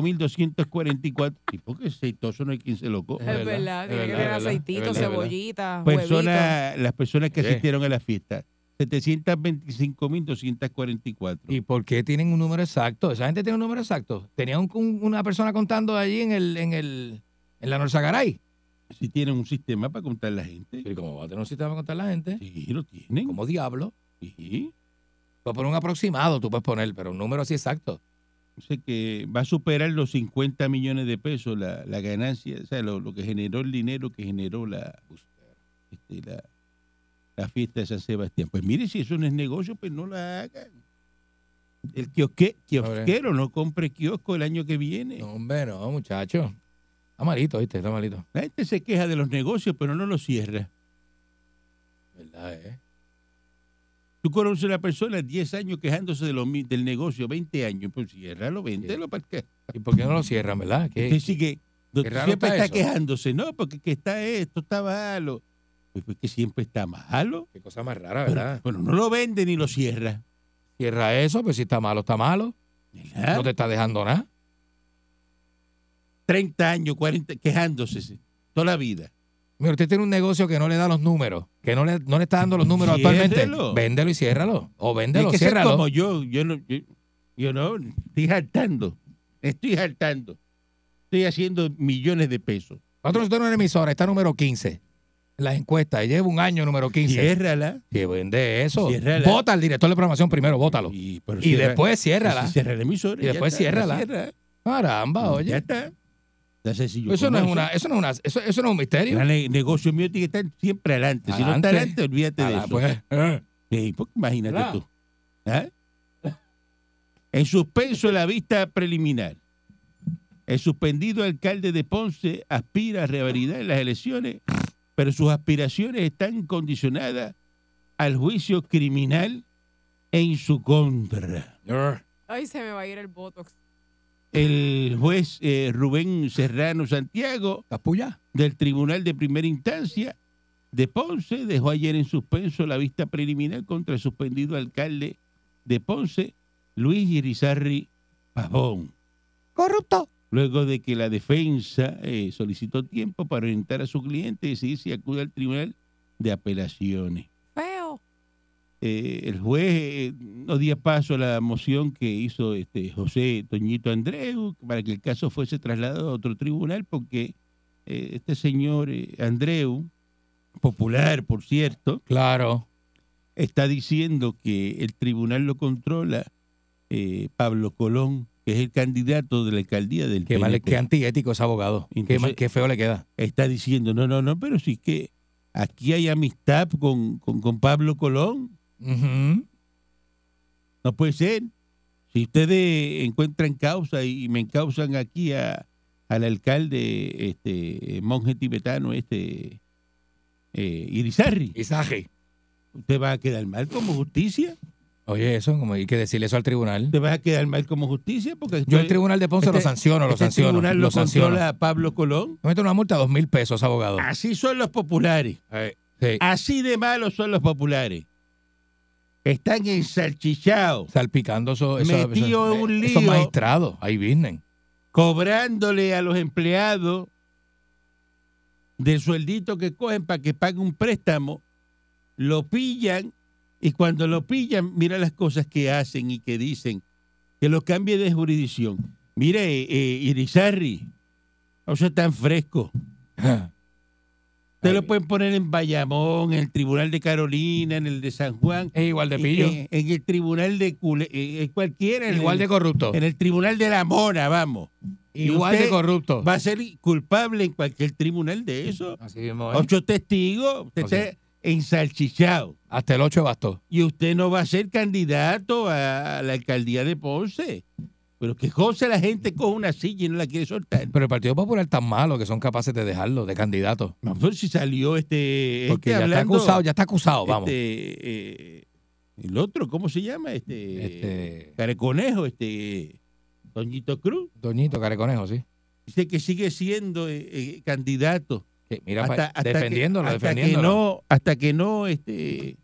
C: 725.244. ¿Y por qué aceitoso no hay quien se lo
D: Es
C: coma?
E: Es
D: verdad, es
E: verdad,
D: verdad,
E: tiene que tener
D: es verdad, es
E: aceitito,
D: verdad, es verdad.
E: cebollita, huevito.
C: Personas, las personas que
D: Sí.
C: asistieron a la fiesta. 725.244.
D: ¿Y por qué tienen un número exacto? Esa gente tiene un número exacto. Tenía un- un- una persona contando allí en el, en el, en la Norzagaray.
C: Si tienen un sistema para contar la gente.
D: Y como va a tener un sistema para contar la gente,
C: Sí, lo tienen.
D: como diablo,
C: Sí.
D: va a poner un aproximado, tú puedes poner, pero un número así exacto.
C: Dice que va a superar los 50 millones de pesos la, la ganancia, o sea, lo, lo que generó el dinero que generó la, este, la, la fiesta de San Sebastián. Pues mire, si eso no es negocio, pues no la hagan. El kiosque, kiosquero no compre kiosco el año que viene.
D: No, hombre, no, muchacho. Está malito, ¿viste? Está malito.
C: La gente se queja de los negocios, pero no los cierra.
D: ¿Verdad, eh?
C: Tú conoces a una persona 10 años quejándose de lo mi- del negocio, 20 años, pues ciérralo, véndelo, ¿para qué?
D: ¿Y por qué no lo cierran, verdad? ¿Qué-
C: Usted sigue, do-
D: raro
C: siempre
D: está
C: está,
D: eso.
C: quejándose, no, porque que está esto, está malo. Pues, pues, que siempre está malo.
D: qué cosa más rara,
C: Pero,
D: ¿verdad?
C: bueno, no lo vende ni lo cierra.
D: Cierra eso, pues si está malo, está malo.
C: ¿verdad?
D: No te está dejando nada.
C: 30 años, 40, quejándose sí, toda la vida.
D: Mira, usted tiene un negocio que no le da los números, que no le, no le está dando los números
C: Ciérrelo.
D: actualmente. Véndelo y ciérralo. O
C: Hay
D: véndelo,
C: que ser
D: ciérralo.
C: como yo, yo no, yo, yo no, estoy saltando, estoy saltando. Estoy haciendo millones de pesos.
D: Patrón, usted no es una emisora, está número 15. las encuestas. Lleva un año número 15.
C: Ciérrala.
D: Que vende eso.
C: Ciérrala.
D: Vota al director de programación primero, bótalo. Y,
C: Y, ¿eh? pero cierra-
D: después ciérrala.
C: Cierra la emisora.
D: Y
C: ya
D: después
C: está, la
D: ciérrala.
C: cierra.
D: Caramba,
C: Ya
D: oye.
C: está. Ya sé si yo
D: Eso no es
C: conozco.
D: una, eso no es una, eso, eso no es un misterio.
C: Gran ne- negocio mío tiene que estar siempre adelante. Si no
D: Adelante.
C: está adelante, olvídate de
D: Ah,
C: eso.
D: pues, eh.
C: Sí, porque imagínate
F: Claro.
C: tú. ¿Ah? En suspenso la vista preliminar. El suspendido alcalde de Ponce aspira a revalidar las elecciones, pero sus aspiraciones están condicionadas al juicio criminal en su contra.
E: Ay, se me va a ir el Botox.
C: El juez eh, Rubén Serrano Santiago
D: ¿Estás puya?
C: del Tribunal de Primera Instancia de Ponce dejó ayer en suspenso la vista preliminar contra el suspendido alcalde de Ponce, Luis Irizarri Pavón,
D: Corrupto.
C: luego de que la defensa eh, solicitó tiempo para orientar a su cliente y decidir si acude al Tribunal de Apelaciones.
E: Feo.
C: Eh, el juez eh, no dio paso a la moción que hizo este José Toñito Andreu para que el caso fuese trasladado a otro tribunal porque eh, este señor eh, Andreu, popular por cierto,
D: Claro.
C: está diciendo que el tribunal lo controla eh, Pablo Colón, que es el candidato de la alcaldía del
D: Qué, mal,
C: PNP.
D: qué antiético ese abogado. qué,
C: Entonces-
D: mal- qué feo le queda.
C: Está diciendo, no, no, no, pero sí que aquí hay amistad con, con, con Pablo Colón.
D: Ujú.
C: No puede ser. Si ustedes encuentran causa y me encausan aquí a, al alcalde, este monje tibetano, este eh, Irizarry,
D: Isaje.
C: usted va a quedar mal como justicia.
D: Oye, eso, como hay que decirle eso al tribunal.
C: Usted va a quedar mal como justicia porque
D: Yo
C: estoy-
D: el tribunal de Ponce lo
C: este-
D: sanciono, lo
C: este
D: sanciono.
C: tribunal
D: lo
C: lo
D: sanciono.
C: controla a Pablo Colón.
D: Me meto una multa de dos mil pesos, abogado.
C: Así son los populares.
D: Eh, sí.
C: Así de malos son los populares. Están ensalchichados,
D: Salpicando eso, eso,
C: Metido
D: eso-
C: en un
D: eh,
C: lío.
D: esos magistrados. Ahí vienen.
C: cobrándole a los empleados del sueldito que cogen para que paguen un préstamo, lo pillan y cuando lo pillan, mira las cosas que hacen y que dicen, que lo cambie de jurisdicción. Mire, eh, Irizarry, o sea, tan fresco. Usted lo pueden poner en Bayamón, en el Tribunal de Carolina, en el de San Juan,
D: Es igual de pillo.
C: en, en el Tribunal de Cule- eh, eh, cualquiera, en
D: igual
C: el-
D: de corrupto.
C: en el Tribunal de la Mona, vamos. y
D: Igual de
C: usted-
D: corrupto.
C: Pues va a ser culpable en cualquier tribunal de eso.
D: Así mismo, ¿eh?
C: Ocho testigos, usted
D: O sea-
C: está ensalchichado.
D: Hasta el 8 bastó.
C: Y usted no va a ser candidato a a la alcaldía de Ponce. Pero que cosa la gente coge una silla y no la quiere soltar.
D: Pero el Partido Popular tan malo que son capaces de dejarlo de candidato.
C: No, pero si salió este.
D: Porque
C: este
D: ya
C: hablando,
D: está acusado, ya está acusado, vamos.
C: este, eh, el otro, ¿cómo se llama? Este.
D: Este,
C: Careconejo, este. Doñito Cruz.
D: Doñito Careconejo, sí.
C: Dice que sigue siendo eh, eh, candidato.
D: Que Mira,
C: Hasta-
D: pa-
C: hasta que-
D: defendiéndolo,
C: hasta
D: defendiéndolo.
C: Que no, hasta que no este,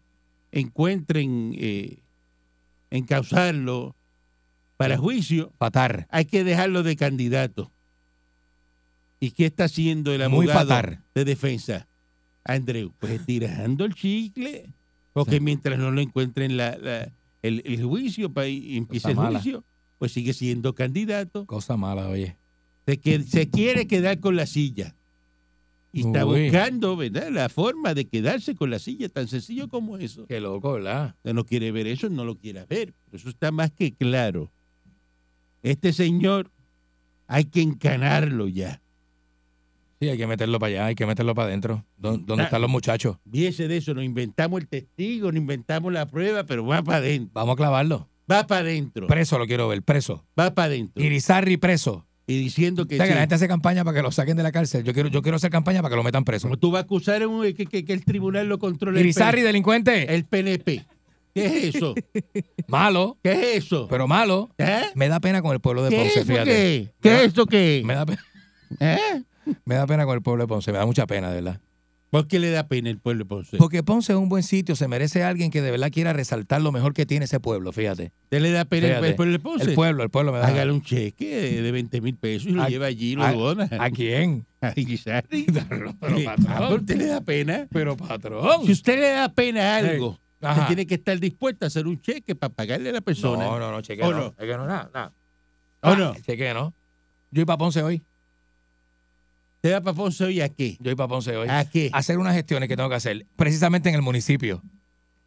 C: encuentren eh, encausarlo para juicio,
D: Fatar.
C: hay que dejarlo de candidato. ¿Y qué está haciendo el
D: Muy
C: abogado
D: fatar.
C: de defensa? Andreu, pues estirando el chicle, porque
D: Sí.
C: mientras no lo encuentren la, la- el, el juicio, pa- y empiece
D: Cosa
C: el
D: mala.
C: juicio, pues sigue siendo candidato.
D: Cosa mala, oye.
C: Se, que- se quiere quedar con la silla. Y está
D: Uy.
C: buscando, ¿verdad? La forma de quedarse con la silla, tan sencillo como eso.
D: Qué loco, ¿verdad?
C: Usted no quiere ver eso, no lo quiera ver. Pero eso está más que claro. Este señor hay que encanarlo ya.
D: Sí, hay que meterlo para allá, hay que meterlo para adentro. ¿Dó- ¿Dónde,
C: Ah.
D: están los muchachos?
C: Viese de eso, nos inventamos el testigo, nos inventamos la prueba, pero va para adentro.
D: Vamos a clavarlo.
C: Va para adentro.
D: Preso lo quiero ver, preso.
C: Va para adentro.
D: Irizarri preso.
C: Y diciendo
D: O
C: que,
D: sea, que
C: sí.
D: la gente hace campaña para que lo saquen de la cárcel. Yo quiero, yo quiero hacer campaña para que lo metan preso.
C: como tú vas a acusar a un- que, que- que el tribunal lo controle. el
D: Irizarri, delincuente.
C: PNP. el PNP. ¿Qué es eso?
D: Malo,
C: ¿Qué es eso?
D: pero malo.
C: ¿Eh?
D: Me da pena con el pueblo de
C: ¿Qué
D: Ponce,
C: es eso
D: fíjate.
C: qué? ¿Qué es eso qué?
D: Me da, pe-
C: ¿Eh?
D: me da pena con el pueblo de Ponce, me da mucha pena, de verdad.
C: ¿Por qué le da pena el pueblo de Ponce?
D: Porque Ponce es un buen sitio, se merece a alguien que de verdad quiera resaltar lo mejor que tiene ese pueblo, fíjate.
C: ¿Usted le da pena el-
D: Fíjate,
C: el pueblo de Ponce? Ah.
D: El pueblo, el pueblo me da
C: Hágale un cheque de, de 20 mil pesos y lo
D: A-
C: lleva allí y lo
D: a-
C: dona.
D: ¿A quién?
C: Ay, quizás.
D: Pero
C: Ah, pero usted le da pena.
D: Pero patrón.
C: Si usted le da pena a algo, usted
D: Ajá.
C: tiene que estar dispuesto a hacer un cheque para pagarle a la persona.
D: No, no, no, cheque
C: ¿O
D: no. Ah,
C: no?
D: Cheque no, nada, nada.
C: ¿O no?
D: Cheque no. Yo iba a Ponce hoy.
C: Usted ¿Usted va para Ponce hoy a qué?
D: Yo voy para Ponce hoy.
C: ¿A qué?
D: a Hacer unas gestiones que tengo que hacer, precisamente en el municipio.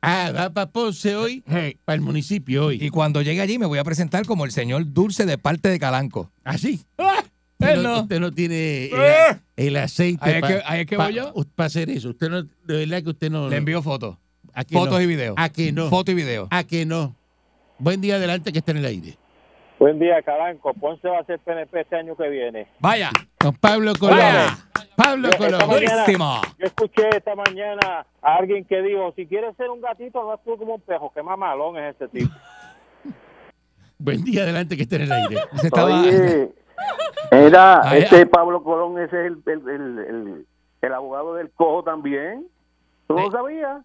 C: Ah, va para Ponce hoy, para el municipio
D: Y
C: hoy.
D: cuando llegue allí me voy a presentar como el señor Dulce de parte de Calanco.
C: Así.
D: Él
C: Usted Ah, no, Eh.
D: no.
C: usted no tiene el,
D: Ah.
C: el aceite
D: Ahí es
C: pa-
D: que- ahí es que
C: pa-
D: voy yo.
C: pa hacer eso. Usted no, de verdad que usted no.
D: Le envío fotos.
C: ¿a que
D: Fotos
C: no?
D: y videos.
C: ¿A que no?
D: Fotos y videos.
C: ¿A que no? Buen día adelante que está en el aire.
G: Buen día, Calanco. Ponce va a ser PNP este año que viene.
D: Vaya.
C: Don Pablo Colón.
D: Vaya.
C: Pablo
G: Yo-
C: Colón.
G: esta mañana-
D: Buenísimo.
G: Yo escuché esta mañana a alguien que dijo, si quieres ser un gatito, no actúes como un pejo. Qué mamalón es este tipo.
C: Buen día adelante que está en el aire.
D: Se estaba-
H: Oye, era
D: Ay,
H: este Pablo Colón, ese es el, el, el, el- el abogado del cojo también. ¿Tú
D: Sí.
H: no sabías?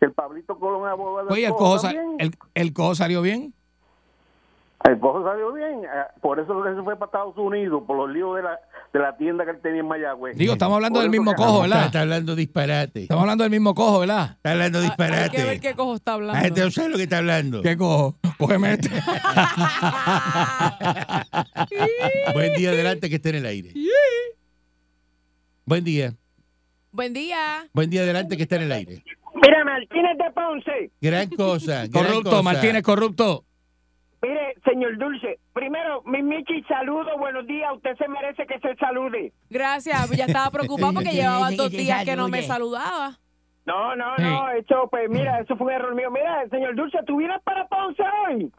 H: Que el Pablito Colón es abogado del
D: Oye, el
H: cojo.
D: cojo, sa-
H: también.
D: el, el cojo salió bien.
H: El cojo salió bien. eh, Por eso él se fue para Estados Unidos, por los líos de la, de la tienda que él tenía en Mayagüez.
D: Digo, estamos hablando
H: Por
D: del
H: eso
D: mismo
H: que-
C: Está,
D: cojo, ¿verdad?
C: está hablando disparate. Está
D: Estamos hablando del mismo cojo, ¿verdad?
C: hablando
E: Hay que ver
C: disparate.
E: qué cojo
C: La
E: está
C: gente
E: hablando.
C: no sabe lo que está hablando.
D: ¿Qué cojo? Cógeme este.
C: Buen día adelante que esté en el aire. Buen día.
E: Buen día.
C: Buen día adelante que está en el aire.
I: Mira, Martínez de Ponce.
C: Gran cosa. gran
D: corrupto,
C: cosa.
D: Martínez, corrupto.
I: Mire, señor Dulce, primero, mi Michi, saludo, buenos días. Usted se merece que se salude.
E: Gracias. pues Ya estaba preocupada porque
B: Sí,
E: llevaba
B: sí,
E: dos
B: sí,
E: días que no
B: salude.
E: me saludaba.
I: No, no, no, eso, pues mira, eso fue un error mío. Mira, señor Dulce, ¿tú vienes para Ponce hoy?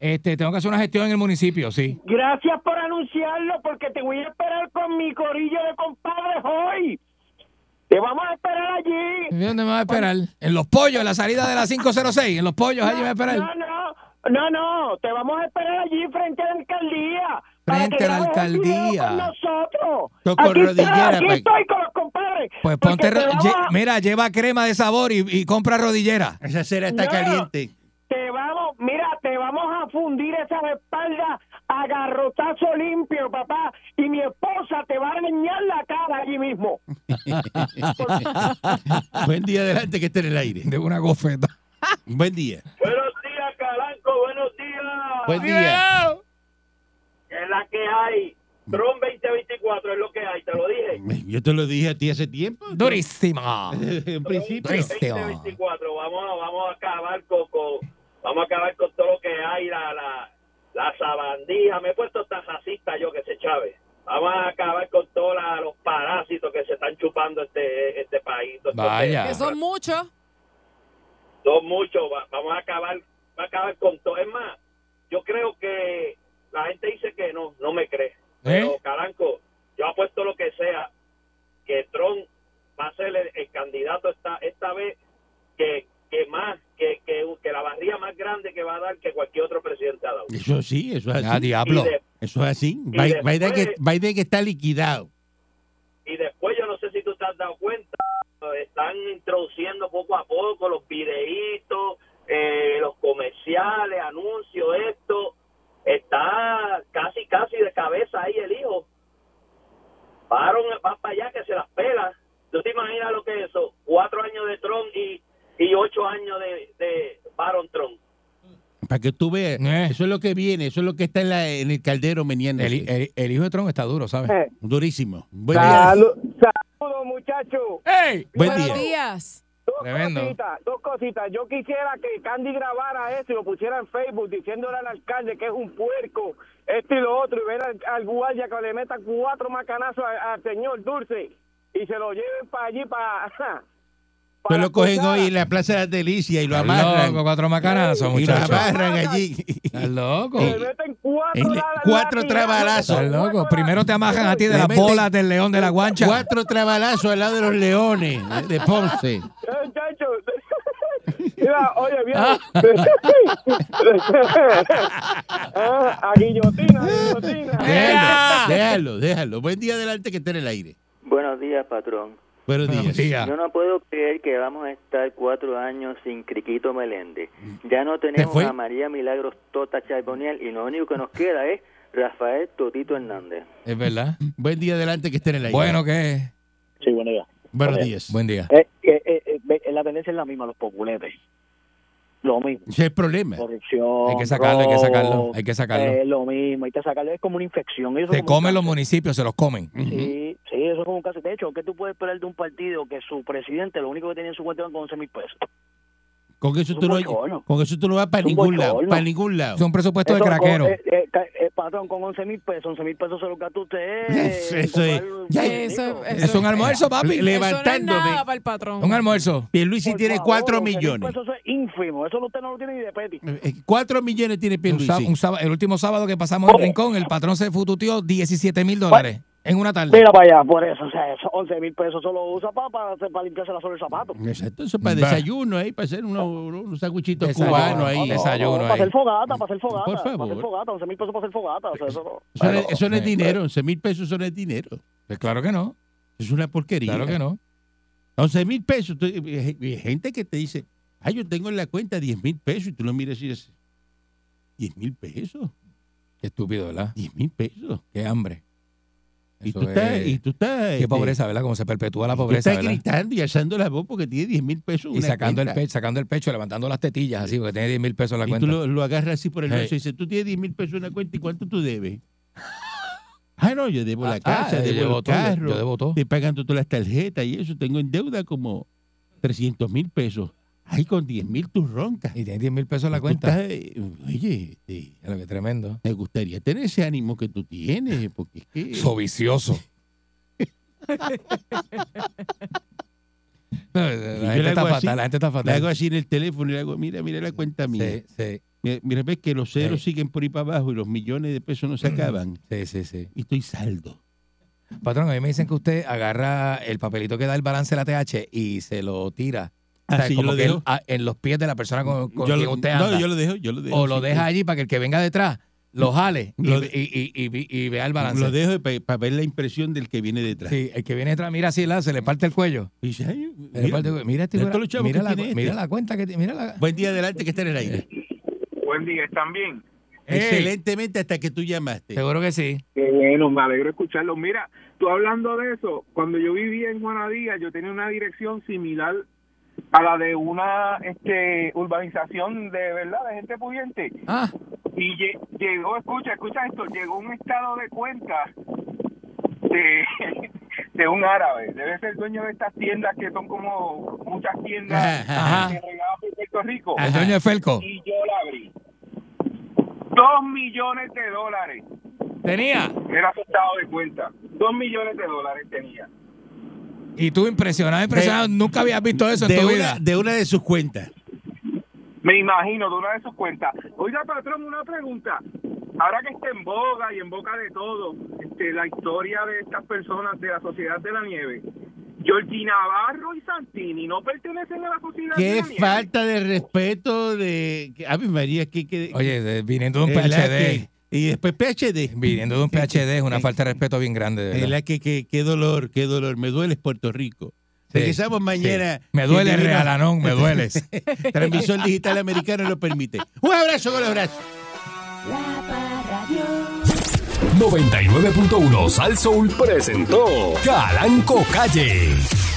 D: Este, tengo que hacer una gestión en el municipio, sí.
I: Gracias por anunciarlo, porque te voy a esperar con mi corillo de compadres hoy. Te vamos a esperar allí.
D: ¿Y ¿Dónde me va a esperar? En los pollos, en la salida de la 506. En los pollos, allí me va a
I: No,
D: esperar.
I: no, no, no, te vamos a esperar allí frente a la alcaldía. para
D: Frente
I: que
D: a la
I: grabes el video
D: alcaldía.
I: Con nosotros.
C: Toco
I: aquí está,
C: rodillera,
I: aquí
C: pa-
I: estoy con los compadres.
D: Pues
I: porque
D: ponte.
I: te
D: re-
I: vamos
D: lle-
I: a-
D: Mira, lleva crema de sabor y, y compra rodillera.
C: Esa cera está
I: No.
C: caliente.
I: Te vamos, mira, te vamos a fundir esas espaldas a garrotazo limpio, papá. Y mi esposa te va a leñar la cara allí mismo.
C: Buen día adelante que esté en el aire.
D: De una gofeta.
C: Buen día.
G: Buenos días, Calanco. Buenos días.
C: Buen día.
G: Es la que hay. Tron 2024 es lo que hay, te lo dije.
C: Yo te lo dije a ti hace tiempo.
D: Durísima.
C: En principio.
D: Durísima.
G: 2024, vamos a, vamos a acabar con, con- vamos a acabar con todo lo que hay, la, la, la sabandija, me he puesto tan racista yo que se chave. Vamos a acabar con todos la- los parásitos que se están chupando este, este país. Entonces,
D: Vaya.
E: Que son muchos.
G: son muchos, va- vamos a acabar, va a acabar con todo. Es más, yo creo que la gente dice que no, no me cree. Pero, Caranco, yo apuesto lo que sea, que Trump va a ser el, el candidato esta, esta vez que, que más, que, que, que la barriga más grande que va a dar que cualquier otro presidente ha dado.
C: Eso sí, eso es
D: Ah,
C: así.
D: diablo.
G: Y de-
C: Eso es así. Bi-
G: después-
C: Biden, que- Biden está liquidado.
G: y después yo no sé si tú te has dado cuenta, están introduciendo poco a poco los videitos, eh, los comerciales, anuncios, esto, está casi, casi de cabeza ahí el hijo. Paron, va para allá que se las pela. ¿Tú te imaginas lo que es eso? Cuatro años de Trump y, y ocho años de, de Baron Trump.
C: Para que tú veas.
D: Eh.
C: Eso es lo que viene. Eso es lo que está en, la- en el caldero meneando.
D: El, eh. el- el hijo de Trump está duro, ¿sabes?
I: Eh.
C: Durísimo. Buen día.
I: Saludos, saludo, muchachos.
D: ¡Ey!
C: Buen
E: Buenos
C: día.
E: días.
I: Dos
D: Tremendo.
I: cositas, dos cositas. Yo quisiera que Candy grabara eso y lo pusiera en Facebook diciéndole al alcalde que es un puerco, esto y lo otro, y ver al, al guardia que le meta cuatro macanazos a- al señor Dulce y se lo lleven para allí, para...
C: Pues
I: para
C: lo
I: la
C: cogen
I: cruzada.
C: hoy en la Plaza de las Delicias y lo
D: Está
C: amarran.
D: loco, cuatro macanazos,
C: y lo
D: muchachos.
C: amarran allí.
D: Estás loco.
I: Le meten cuatro,
C: En-
I: la-
C: cuatro
I: latigazos,
C: trabalazos.
D: Estás
I: cuatro
D: loco.
I: la-
D: Primero te amajan a ti de
C: Le
D: las
C: meten-
D: bolas del león de la guancha.
C: Cuatro trabalazos al lado de los leones eh, de Ponce.
I: Eh, muchachos. Mira, oye, bien. Ah, a guillotina, a guillotina.
C: Déjalo, déjalo, déjalo. Buen día adelante que esté en el aire.
J: Buenos días, patrón.
C: Buenos
D: Buenos
C: días.
D: días.
J: Yo no puedo creer que vamos a estar cuatro años sin Criquito Meléndez. Ya no
C: ¿Se
J: tenemos
C: fue?
J: a María Milagros Tota Charboniel y lo único que nos queda es Rafael Totito Hernández.
D: Es verdad.
C: Buen día adelante que esté en el aire.
D: Bueno, eh, ¿qué es?
H: Sí, buena idea.
C: Buenos
H: Buen
C: días.
D: Buen día.
H: Eh, eh, eh, eh, ve, la tendencia es la misma, los populetes.
I: Lo mismo.
C: Ese es el problema.
I: Corrupción.
D: Hay que sacarlo, hay que sacarlo,
I: robo,
D: hay que sacarlo.
I: eh, lo mismo, hay que sacarlo. Es como una infección. Eso es
D: Se
I: como un
D: comen los municipios, se los comen.
I: Sí, sí, eso es como un caso. De hecho, ¿qué tú puedes esperar de un partido que su presidente lo único que tenía en su cuenta eran 11 mil pesos?
C: Con eso, tú no, con eso tú no vas para
I: un
C: ningún lado.
I: bochorno.
C: Para ningún lado.
D: Son presupuestos
I: Eso, con- eh, eh, ca- eh, patrón, con 11 mil pesos, 11 mil pesos se lo gasta usted.
C: Eso, eso es.
E: Ya, eso, eso-
D: Es un almuerzo, papi.
E: Eso
C: Levantándome.
E: no es nada para el patrón.
D: Un almuerzo.
C: Pierluisi
I: Por
C: tiene
I: favor,
C: 4
I: 11,000
C: millones.
I: pesos, Eso es ínfimo, eso usted no lo tiene ni de peti.
C: 4 Eh, millones tiene
D: Un
C: Pierluisi.
D: sá- un sábado- el último sábado que pasamos
I: Oh.
D: en Rincón, el patrón se fututeó 17 mil dólares en una tarde.
I: Mira para allá, por eso, o sea, esos 11 mil pesos solo usa para, para, hacer- para limpiarse la sola del zapato.
C: Exacto, eso para
D: Va.
C: desayuno ahí, para hacer unos, unos sanguchitos
D: Desayuno,
C: cubanos ahí.
D: desayuno
I: para
D: ahí.
I: hacer fogata, para hacer fogata.
C: Por
I: Para
C: favor.
I: hacer fogata, 11 mil pesos para hacer fogata. O sea, eso no-
C: Eso, no, es- eso no es
D: Eh,
C: dinero, 11 mil pesos eso no es dinero.
D: Pues claro que no,
C: Es una porquería.
D: claro que no.
C: 11 mil pesos. tú- y- y gente que te dice, ay, yo tengo en la cuenta 10 mil pesos y tú lo miras y dices, 10 mil pesos,
D: Qué estúpido, ¿verdad?
C: 10 mil pesos.
D: Qué hambre.
C: Y
D: Eso
C: tú, estás,
D: es-
C: y tú estás...
D: Qué
C: este,
D: pobreza, ¿verdad? Cómo se perpetúa la
C: y tú
D: pobreza,
C: estás
D: ¿verdad?
C: gritando y alzando la voz porque tiene 10 mil pesos. en
D: Y
C: la
D: sacando el,
C: cuenta.
D: pecho, sacando el pecho, levantando las tetillas así, porque tiene 10 mil pesos en la
C: Y
D: cuenta.
C: tú lo, lo agarras así por el
D: Hey.
C: brazo y dices, tú tienes 10 mil pesos en la cuenta y cuánto tú debes. ah, no, yo debo
D: Ah,
C: la casa,
D: ah, yo
C: debo
D: debo
C: el
D: todo, yo-
C: carro,
D: yo debo todo.
C: estoy pagando todas las tarjetas y eso, tengo en deuda como 300 mil pesos. Ay, con 10 mil tú roncas.
D: Y tiene 10 mil pesos en la
C: Tú
D: cuenta.
C: estás, eh, oye, este,
D: Es lo que tremendo.
C: me gustaría tener ese ánimo que tú tienes, porque es que...
D: So vicioso. No, la,
C: yo le
D: gente está
C: hago
D: fatal,
C: así,
D: la gente está
C: le hago
D: fatal.
C: así en el teléfono y le hago, mira, mira la cuenta mía.
D: Sí, sí,
C: Mira, mira, ves que los ceros
D: Sí.
C: siguen por ahí para abajo y los millones de pesos no se acaban.
D: sí, sí, sí.
C: Y estoy saldo.
D: Patrón, a mí me dicen que usted agarra el papelito que da el balance de la TH y se lo tira. O sea,
C: Así yo
D: como
C: lo
D: que él-
C: dejo.
D: a- en los pies de la persona con, con
C: Yo
D: quien
C: lo-
D: usted
C: no,
D: anda.
C: yo lo dejo, yo lo dejo.
D: o lo
C: sí.
D: deja allí para que el que venga detrás lo jale y,
C: Lo
D: y,
C: de-
D: y- y- y- y vea el balance.
C: Lo dejo para ver la impresión del que viene detrás.
D: Sí, Eh, el que viene detrás, mira así, la- se le parte el cuello.
C: Y dice, ay,
D: Se le
C: mira,
D: parte el cuello. Mira, este
C: mira
D: bra-
C: todos los chavos
D: mira
C: que
D: la,
C: tiene este.
D: mira la cuenta que tiene. Mira la,
C: Buen día adelante que está en el aire.
D: eh,
G: Buen día, ¿están bien?
D: Ey.
C: Excelentemente hasta que tú llamaste.
D: Eh, Seguro que sí.
G: Qué bueno, me alegro escucharlo. Mira, tú hablando de eso, cuando yo vivía en Juanadía, yo tenía una dirección similar a la de una este, urbanización de verdad de gente pudiente.
D: Ah,
G: Y lle- llegó, escucha, escucha esto, llegó un estado de cuenta de, de un árabe. Debe ser dueño de estas tiendas que son como muchas tiendas
C: Ajá.
G: que regaban por Puerto Rico.
D: el dueño de Felco.
G: Y yo la abrí. Dos millones de dólares
D: Tenía.
G: era su estado de cuenta. Dos millones de dólares tenía.
D: Y tú impresionado, impresionado. Nunca habías visto eso en
C: De
D: tu
C: una,
D: vida.
C: de una de sus cuentas.
G: Me imagino, de una de sus cuentas. Oiga, patrón, una pregunta. Ahora que está en boga y en boca de todo, este, la historia de estas personas de la Sociedad de la Nieve, Georgie Navarro y Santini no pertenecen a la Sociedad de
C: Qué
G: la Nieve.
C: falta de respeto de... A mi María, que... que
D: Oye, de- viniendo de un
C: es la
D: PhD.
C: que- y después PhD.
D: Viniendo de un PhD es una falta de respeto bien grande. de
C: Es
D: verdad.
C: la que, que- qué dolor, qué dolor. Me duele Puerto Rico.
D: Sí,
C: Regresamos mañana.
D: sí. Me duele,
C: Quien divino-
D: Realanón, me dueles.
C: Transmisor digital americano lo permite. Un abrazo con los brazos.
B: La Parradio.
A: 99.1 Sal Soul presentó Calanco Calle.